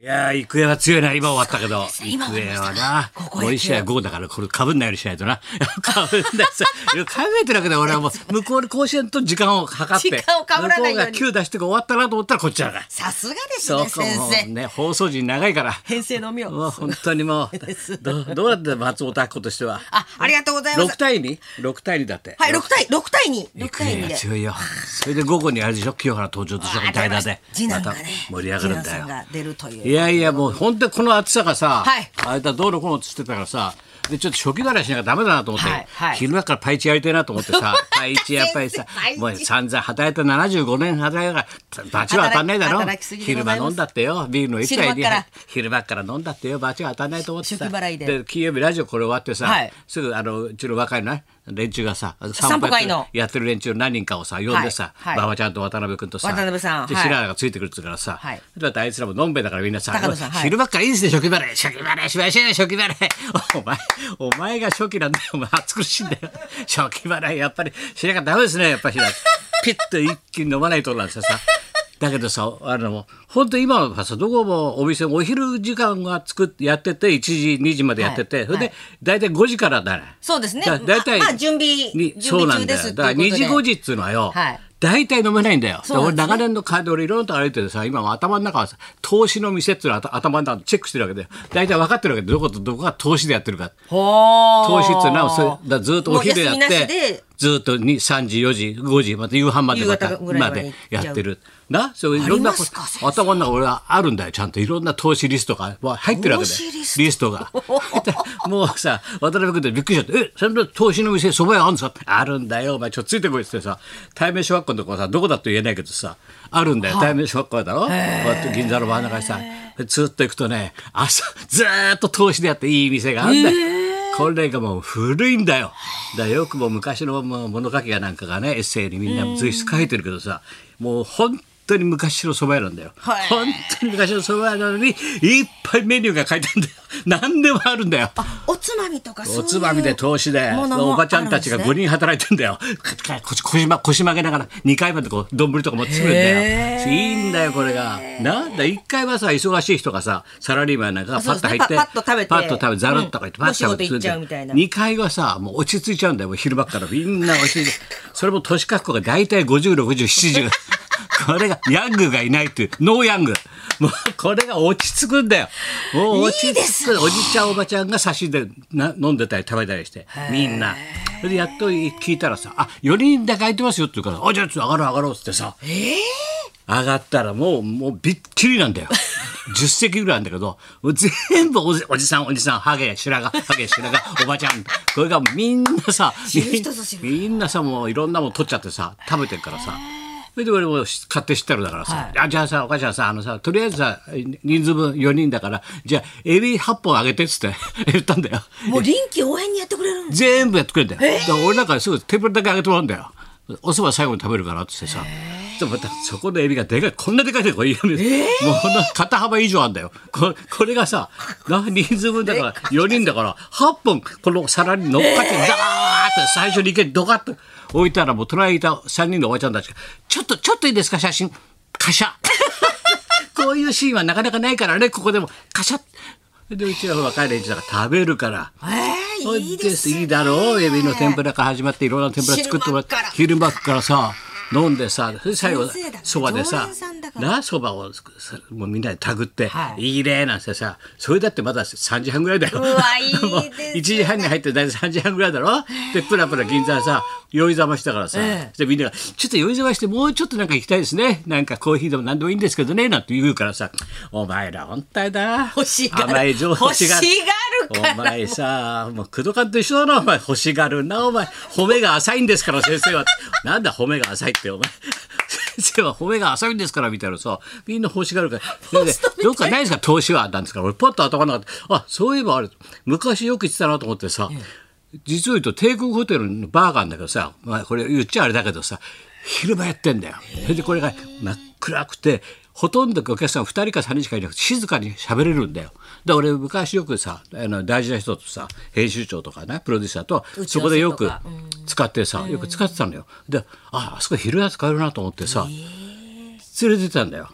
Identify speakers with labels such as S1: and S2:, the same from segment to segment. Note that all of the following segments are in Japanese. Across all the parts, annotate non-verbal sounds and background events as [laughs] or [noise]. S1: いやー、育英は強いな、今終わったけど。
S2: そうですね
S1: 育
S2: 今終わり
S1: 英
S2: ました
S1: はな、
S2: 高校野球
S1: もう一試合5だから、これ被んないようにしないと [laughs] な。被んないさ。いや考えてるわけだよ、
S2: [laughs]
S1: 俺はもう、向こうで甲子園と時間を計って。
S2: 時間を被らないように
S1: 向こうが9出して終わったなと思ったらこっちだから。
S2: さすがです
S1: そう
S2: ね、
S1: か、
S2: 先
S1: もう
S2: 生。
S1: ね、放送陣長いから。
S2: 編成の妙。
S1: もう本当にも
S2: です
S1: う、どどうだった松本明子としては。
S2: あ、ありがとうございま
S1: 6
S2: す。
S1: 対 2?6 対2だって。
S2: はい、六対六対二、六
S1: 育
S2: 対
S1: 英
S2: 二
S1: が
S2: で。
S1: 強いよ。それで午後にあれでしょ、清原登場でしょ
S2: あ、ー
S1: 代打で。
S2: 次
S1: ま
S2: 男
S1: た
S2: がね、
S1: 盛り上がるんだよ
S2: 次男。さが出ると
S1: い
S2: いう。
S1: やいやもう本当にこの暑さがさ、
S2: はい
S1: あれだどうのこうのっつってたからさでちょっと初期慣れしなきゃダメだなと思って、
S2: はいはい
S1: 昼間からパイチやりたいなと思って
S2: [laughs]
S1: さパイチやっぱりさ
S2: パイチ
S1: もう散々働いた75年働いたからバチは当たんないだろ
S2: 働きすぎで
S1: 昼
S2: ご
S1: 間
S2: ざいます
S1: 飲んだってよビールの一杯に
S2: 昼間から
S1: 昼間から飲んだってよバチは当たんないと思ってさ
S2: 食払いで
S1: 金曜日ラジオこれ終わってさ、
S2: はい
S1: すぐあのうちの若いのね連中がさ
S2: 散歩会の
S1: やってるやってる連中の何人かをさ呼んでさ馬
S2: はいはい
S1: 場、ちゃんと渡辺君とさ
S2: 渡辺さん
S1: で
S2: はい
S1: 白髪がついてくるっつうからさ、
S2: はい
S1: だってあいつらものんべえだからみんなさ
S2: 高野さんはい
S1: 昼間っからいいですね、初期払い。初期払いしましょうよ、初期払い。お前、お前が初期なんだよ、お前、暑苦しいんだよ。初期払い、やっぱり、しなきゃダメですね、やっぱり。ピッと一気に飲まないとなんですよさ。だけどさ、あの、本当今はさ、どこもお店もお昼時間が作って、やってて、1時、2時までやってて、
S2: はい
S1: それで、
S2: はい
S1: 大体5時からだね。
S2: そうですね
S1: だ大体、
S2: まあまあ準備
S1: に
S2: 準備
S1: そうなんだ
S2: 中で
S1: よ。
S2: すって
S1: だから
S2: い
S1: 2
S2: うこと
S1: 時
S2: で
S1: 5時っつうのはよ、
S2: はい
S1: 大体飲めないんだよ。
S2: そうなんですね
S1: で俺長年のカード俺いろんなとこ歩いててさ今も頭の中はさ投資の店っていうのは頭頭の中チェックしてるわけで大体分かってるわけでどことどこが投資でやってるか
S2: ほ
S1: 投資っていうのはそれだからずっとお昼やっ
S2: もう休みなしてで
S1: ずっとに3時4時5時また夕飯まで
S2: 夕
S1: また
S2: 方ぐらい
S1: ま
S2: まで
S1: でやってるなそうい
S2: あ
S1: ろ
S2: り
S1: んな
S2: ま
S1: こ
S2: すか先生
S1: 頭の中俺はあるんだよちゃんといろんな投資リストがわ入ってるわけで
S2: 投資リスト
S1: リスト
S2: [laughs]
S1: が [laughs] もうさ渡辺君ってびっくりしちゃって「えそれの投資の店そば屋あるんですか?」あるんだよお前ちょっとついてこい」っつってさ対面小学校のとこはさどこだと言えないけどさあるんだよ対面小学校だろこうやって銀座の真ん中にさずっと行くとね朝ずーっと投資でやっていい店があるんだよ。これがもう古いんだよ。だからよくも昔のもう物書きやなんかがねエッセイにみんな随筆書いてるけどさもう本当に昔の蕎麦屋なんだよ。
S2: はい
S1: 本当に昔の蕎麦屋なのにいっぱいメニューが書いてあるんだよ。何でもあるんだよ。
S2: おつまみとかそういう
S1: おつまみで投資で
S2: ものも
S1: おばちゃんたちが
S2: ある
S1: 5
S2: んですね
S1: 人働いてんだよ腰腰ま腰曲げながら2回までこう丼とか持ってくるんだよいいんだよこれがなんだ1回はさ忙しい人がさサラリーマンなんかがパッと入って、
S2: そうですねパパッと食べて
S1: パッと食べザラッとか言って、
S2: う
S1: パ
S2: ん
S1: ッと食
S2: お仕事行っちゃうみたいな
S1: 2階はさもう落ち着いちゃうんだよもう昼間っからみんな落ち着いてそれも年格好が大体506070これがヤングがいないっていうノーヤングもうこれが落ち着くんだよもう落ち着く
S2: いいですね
S1: おじちゃんおばちゃんが差しでな飲んでたり食べたりしてみんなそれでやっと聞いたらさ「あ4人だけ空いてますよ」って言うから「あじゃあちょっと上がろう上がろう」っつってさ、上がったらもうもうびっきりなんだよ [laughs] 10席ぐらいなんだけどもう全部おじおじさんおじさんハゲ白髪ハゲ白髪おばちゃんこれがみんなさ
S2: 知る人ぞ知る
S1: みんみんなさもういろんなもん取っちゃってさ食べてるからさそれで俺も買って知ってるだからさ、あじゃあさお母ちゃんさあのさとりあえずさ人数分4人だからじゃあエビ8本あげてっつって [laughs] 言ったんだよ
S2: もう臨機応変にやってくれるんです
S1: 全部やってくれんだよ、だから俺なんかすぐテーブルだけあげてもらうんだよお蕎麦最後に食べるからって言ってさ、でもまたそこのエビがでかいこんなでかいでこれ、もうほんの肩幅以上あんだよここれがさな人数分だから4人だから8本この皿に乗っかってダーッと最初にいけドカッと置いたらもう隣にいた3人のおばちゃんたちが「ちょっとちょっといいですか写真カシャ」こういうシーンはなかなかないからねここでもカシャッでうちら若い連中だから食べるから。
S2: えー、いいです
S1: いいだろうエビの天ぷらから始まっていろんな天ぷら作ってもらって昼間っからさ飲んでさそれ最後
S2: 先生だ
S1: そばでさ
S2: 常連さんだから
S1: なそばをさもうみんなでたぐって「
S2: はい
S1: いいね」なんてさそれだってまだ3時半ぐらいだよ。
S2: うわいいですね
S1: もう1時 [laughs] 半に入って大体3時半ぐらいだろでプラプラ銀座さ酔いざましたからさ
S2: え
S1: でみんなが「ちょっと酔いざましてもうちょっとなんか行きたいですねなんかコーヒーでも何でもいいんですけどね」なんて言うからさ「お前ら本体だな
S2: 欲しがる
S1: 甘い情報
S2: 欲しがるから
S1: お前さもう工藤官と一緒だなお前欲しがるなお前褒めが浅いんですから先生はなんだ褒めが浅いってお前先生は褒めが浅いんですからみたいなさみんな欲しがるからでどっかないですか投資はなんですから俺パッと頭の中であそういえばあれ昔よく言ってたなと思ってさ、実を言うと帝国ホテルのバーガーなんだけどさ、まあ、これ言っちゃあれだけどさ昼間やってんだよ。それでこれが真っ暗くてほとんどお客さん2人か3人しかいなくて静かに喋れるんだよ。だから俺昔よくさあの大事な人とさ編集長とかねプロデューサーと
S2: 打ち合わせと
S1: そ
S2: か
S1: こでよく使ってさよく使ってたのよ。でああそこ昼間使えるなと思ってさ連れてったんだよ。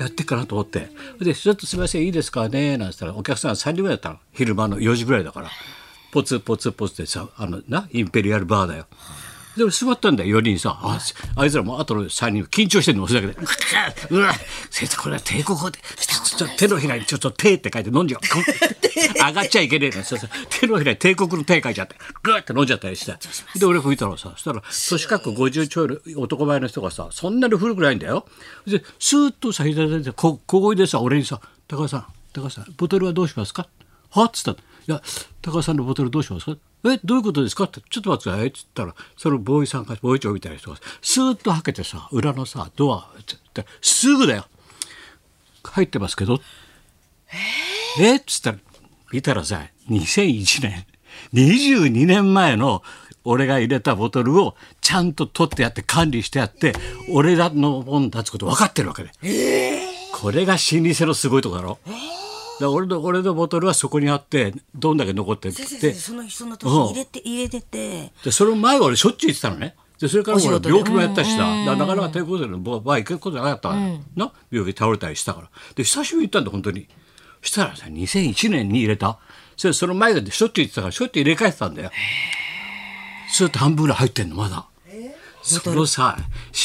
S1: やってっかなと思ってで「ちょっとすみませんいいですかね」なんつったらお客さん3人ぐらいだったの昼間の4時ぐらいだからポツポツポツってさあのなインペリアルバーだよ。で俺座ったんだよ4人さああいつらもあとの3人緊張してるのそれだけで [laughs] 「うわ先生これは帝国法でちょっと手のひらにちょっと手って書いて飲 [laughs] んじゃう上がっちゃいけねえのそうそう手のひらに帝国の手書いちゃってグーって飲んじゃったりしてで俺吹いたのさそしたら年かく50ちょいの男前の人がさそんなに古くないんだよでスーッとさ左手でこ小声でさ俺にさ「高橋さん高橋さんボトルはどうしますか?」はっつったのいや、高橋さんのボトルどうしますかえ、どういうことですかって、ちょっと待ってください。っつったら、そのボーイさんか、ボーイ長みたいな人が、スーッとはけてさ、裏のさ、ドア、つって、すぐだよ。入ってますけど。えっつったら、見たらさ、2001年、22年前の、俺が入れたボトルをちゃんと取ってやって管理してやって俺らのもんだつこと分かってるわけで、これが老舗のすごいとこだろ、だから俺の俺のボトルはそこにあってどんだけ残ってっ
S2: 先
S1: て
S2: 生先生そのその年入れて入れてて
S1: でその前は俺しょっちゅう言ってたのねでそれから
S2: お仕
S1: 俺
S2: 事で
S1: 病気もやったしさだからなかなか抵抗するの僕は行くことなかったから、な病気で倒れたりしたからで久しぶりに行ったんだ本当にそしたらさ2001年に入れたそれその前でしょっちゅう言ってたからしょっちゅう入れ替えてたんだよそれと半分ぐらい入ってんのまだそのさ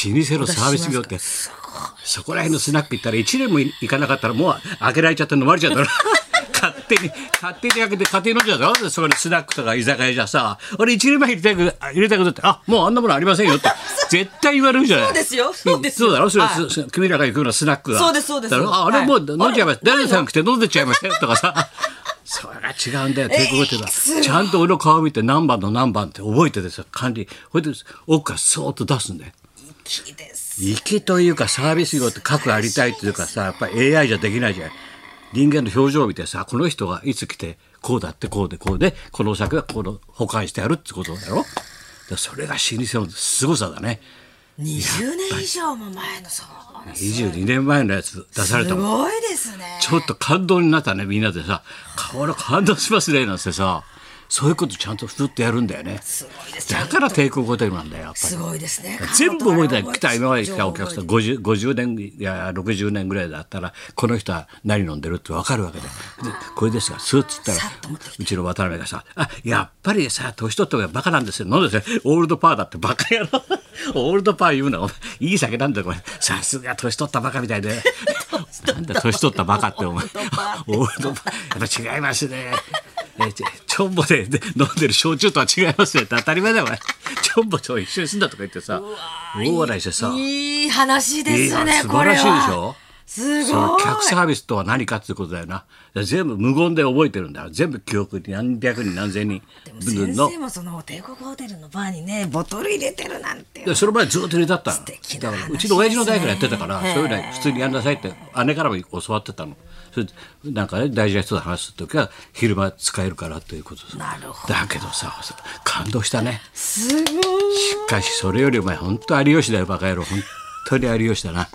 S1: 老舗のサービス業ってそこら辺のスナック行ったら1年も行かなかったらもう開けられちゃって飲まれちゃう
S2: [laughs]
S1: だろ勝手に勝手に開けて勝手に飲んじゃうだろそこでスナックとか居酒屋じゃさ俺1年前入れたけど入れたけどってあもうあんなものありません
S2: [laughs]
S1: よって絶対言われるじゃない
S2: そうですよそうですよ
S1: そうだろそれ、
S2: は
S1: す
S2: い
S1: す君らが行くようなスナックが
S2: そうですそうです
S1: だろああれ
S2: はい
S1: もう飲んじゃいました
S2: あれ
S1: 誰さん来て飲んでちゃいま
S2: [laughs]
S1: したよとかさそれが違うんだよ帝国ってのは、ちゃんと俺の顔見て何番の何番って覚えててさ管理ほいで奥からそーっと出すんだよ
S2: いいです
S1: 粋というかサービス業って核ありたいというかさやっぱり AI じゃできないじゃん人間の表情を見てさこの人がいつ来てこうだってこうでこうでこのお酒はこの保管してやるってことだろでそれが老舗の凄さだね
S2: 20年以上も前のそう
S1: 22年前のやつ出され
S2: す
S1: たもん
S2: ごいですね
S1: ちょっと感動になったねみんなでさ「これ感動しますね」なんてさそういうことちゃんとふってやるんだよね
S2: すごいです
S1: だから帝国ホテルなんだよやっぱり
S2: すごいですね
S1: 全部覚えてない来た今まで来
S2: 情
S1: た
S2: 報
S1: お客さん 50, 50年いや60年ぐらいだったらこの人は何飲んでるって分かるわけででこれですがスーッつったら
S2: さっと持ってき
S1: うちの渡辺がさ「あやっぱりさ年取った方がバカなんですよ飲んでてオールドパーだってバカやろ [laughs] オールドパー言うなお前いい酒なんだよこれさすが年取ったバカみたいでなんだ年取ったバカってお前オールドパーやっぱ違いますね。えちちょんぼでで飲んでる焼酎とは違いますねって当たり前だよお前ちょんぼと一緒に住んだとか言ってさ大笑いしてさ
S2: いい話です
S1: い
S2: ね
S1: や素
S2: こ
S1: 晴
S2: れ
S1: らしいで
S2: は
S1: しょ
S2: す
S1: その
S2: ごい
S1: 客サービスとは何かっていうことだよな全部無言で覚えてるんだよ全部記憶に何百人何千人
S2: でも
S1: 分
S2: 先
S1: の
S2: 生もその帝国ホテルのバーにねボトル入れてるなんて
S1: でその前ずっと入れてあったの
S2: 敵
S1: だ
S2: な
S1: か
S2: 話
S1: らうちの親父の代からやってたから、
S2: ですね
S1: そういうのは普通にやんなさいって姉からも教わってたのそれでなんかね大事な人と話す時は昼間使えるからということです
S2: なるほど
S1: だけどさ感動したね
S2: すごい
S1: しかしそれよりお前本当有吉だよバカ野郎本当に有吉だ
S2: [laughs]
S1: な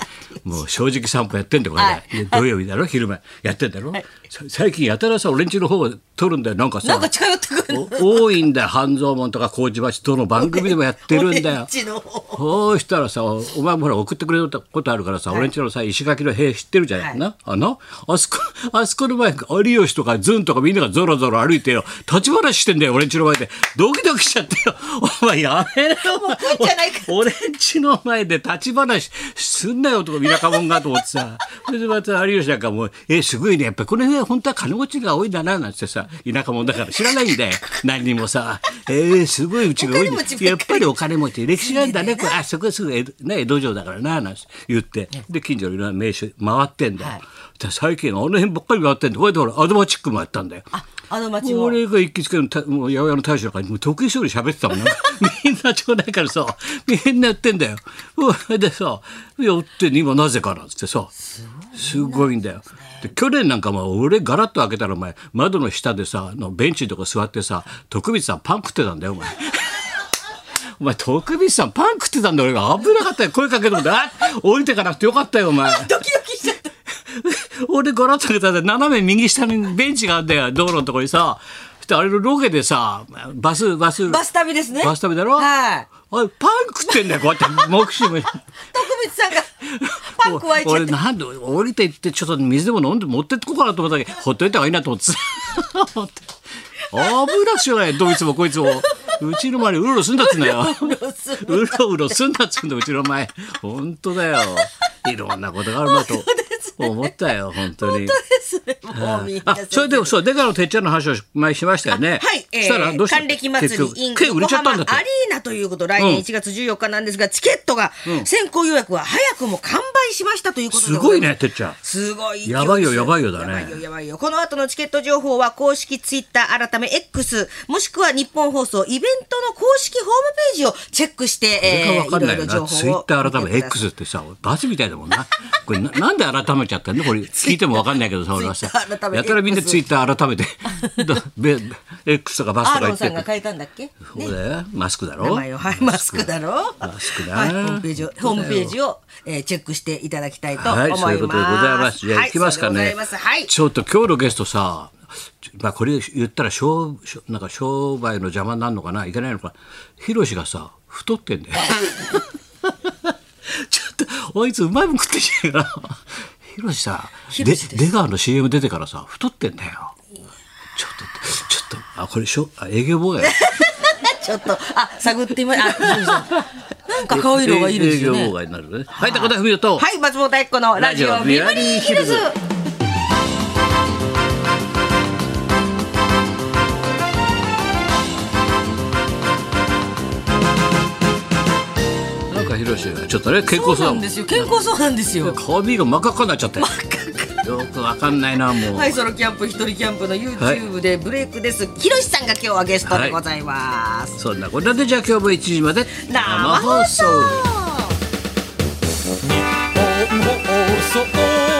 S1: もう正直散歩やってんだよこれ、
S2: はい
S1: で土曜日だろ昼間やってんだろ、さ最近やたらさ俺んちの方を撮るんだよなんかさ
S2: なんか近寄ってくる
S1: お多いんだよ半蔵門とか麹町どの番組でもやってるん
S2: [laughs]
S1: だよ
S2: うちの
S1: そうしたらさお前もほら送ってくれたことあるからさ、俺んちのさ石垣の塀知ってるじゃない、
S2: はい
S1: なあのあそこ [laughs] あそこの前有吉とかズンとかみんながゾロゾロ歩いてよ立ち話してんだよ俺んちの前でドキドキしちゃってよ [laughs] お前やめろもう
S2: 来いじゃないか
S1: 俺んちの前で立ち話すんなよとかみなかもんがと思ってさ [laughs] それでまた有吉なんかもう「えすごいねやっぱこの辺は本当は金持ちが多いんだな」なんてさ田舎もんだから知らないんだよ何にもさ「えー、すごいうちが多いね
S2: お金持ちばっかり
S1: やっぱりお金持ち歴史なんだねこれあそこすぐ江戸,、ね、江戸城だからな」なんて言ってで近所のいろんな名所回ってんだよ、
S2: はい
S1: で最近あの辺ばっかり回ってんだこれでほらアドバチックもやったんだよ。
S2: ああの町も
S1: 俺が行きつけのたもう八百屋の大将なんかにもう得意そうに喋ってたもんねみんな [laughs] 町内からさみんなやってんだよそれでさ「やってん今なぜかな」っつってさすごいんだよ。で去年なんかも俺ガラッと開けたらお前窓の下でさあのベンチのとか座ってさ徳光さんパン食ってたんだよお前。 [laughs] お前徳光さんパン食ってたんだよ俺が危なかったよ声かけてもあ降りてかなくてよかったよお前。
S2: ドキドキしちゃった
S1: 俺ガラッと開けたら斜め右下にベンチがあんだよ道路のとこにさであれのロケでさバスバス
S2: バス旅ですね。
S1: バス旅だろ
S2: はい。
S1: おいパン食ってんだよこうやって目視も
S2: 徳光さんがパ
S1: [laughs]
S2: ンク湧いちゃっ
S1: 俺
S2: て。
S1: なんで降りて行ってちょっと水でも飲んで持ってってこうかなと思ったけどほっといた方がいいなと思って [laughs] さ油しないどいつもこいつもうちの前にうろうろすんだっつうんだようろうろすんだっつうんだようちの前本当だよいろんなことがあるなと思ったよ本当に。
S2: ですね。もうみんな
S1: あ。それでそうデカのてっちゃんの話を前にしましたよね。
S2: はい、えー、
S1: したらどうした
S2: 還暦祭り in
S1: 券売
S2: 横
S1: れちゃった
S2: 浜ア
S1: ん
S2: リ
S1: だ
S2: ー
S1: って。
S2: ナということ、来年1月14日なんですが、チケットが先行予約は早くも完売しましたということです
S1: ごいね。てっちゃん。
S2: すごい勢です。
S1: やばいよやばいよだね
S2: やばいよ、やばいよ。この後のチケット情報は公式ツイッター改め X、もしくは日本放送イベントの公式ホームページをチェックして、
S1: それが分かんないよ
S2: いろいろ情
S1: な。
S2: 報を
S1: ツイッター改
S2: 見
S1: め
S2: てください
S1: X ってさ、バスみたいだもんな。 [laughs] これななんで改めちゃったのこれ聞いても分かんないけどさ、俺はさ
S2: ツイッター改。め
S1: やたらみんな
S2: X
S1: ツイッター改めて、 [laughs] だべ X とかバスと
S2: アー
S1: か
S2: ロ
S1: 言
S2: ン
S1: っ
S2: さ
S1: て
S2: んが
S1: て。
S2: 変えたんだっけ
S1: そうだよ。マスクだろ
S2: 名前をはいマスクだろ
S1: マスクだ
S2: はい、ホームページをホームページを、えー、チェックしていただきたいと思
S1: はいい、
S2: ます。
S1: そういうことでございます。じゃあ、
S2: はい
S1: 行きますか
S2: そうで
S1: ね
S2: ございます。はい。
S1: ちょっと今日のゲストさ、ちょまあ、これ言ったら商、商なんか商売の邪魔になるのかな、いけないのかな。ヒロシがさ、太ってん
S2: [laughs]
S1: だよ。ちょっと、あいつうまいもん食ってきてるから。ヒロシさ、で、
S2: ヒロシです
S1: 出川の CM 出てからさ、太ってんだよ。ちょっと、ちょっと、あ、これしょ、あ営業
S2: [laughs]
S1: 妨害。
S2: ちょっとあ探ってみまあそうそうなんか顔色がいいですよ
S1: 営
S2: ね
S1: 業妨。害になるね。はい、高田文夫と。
S2: はい、松本明子のラジオビバリーヒルズ。
S1: なんかヒロシがちょっとね、健康そうだもん。
S2: ですよ。健康そうなんですよ。
S1: 髪が真っ赤っかになっちゃったよ。よくわかんないな、もう。
S2: はい、ソロキャンプ一人キャンプの YouTube でブレイクです。ひろしさんが今日はゲストでございます。
S1: そんなこんなでじゃあ今日も1時まで
S2: 生放送。
S3: 放送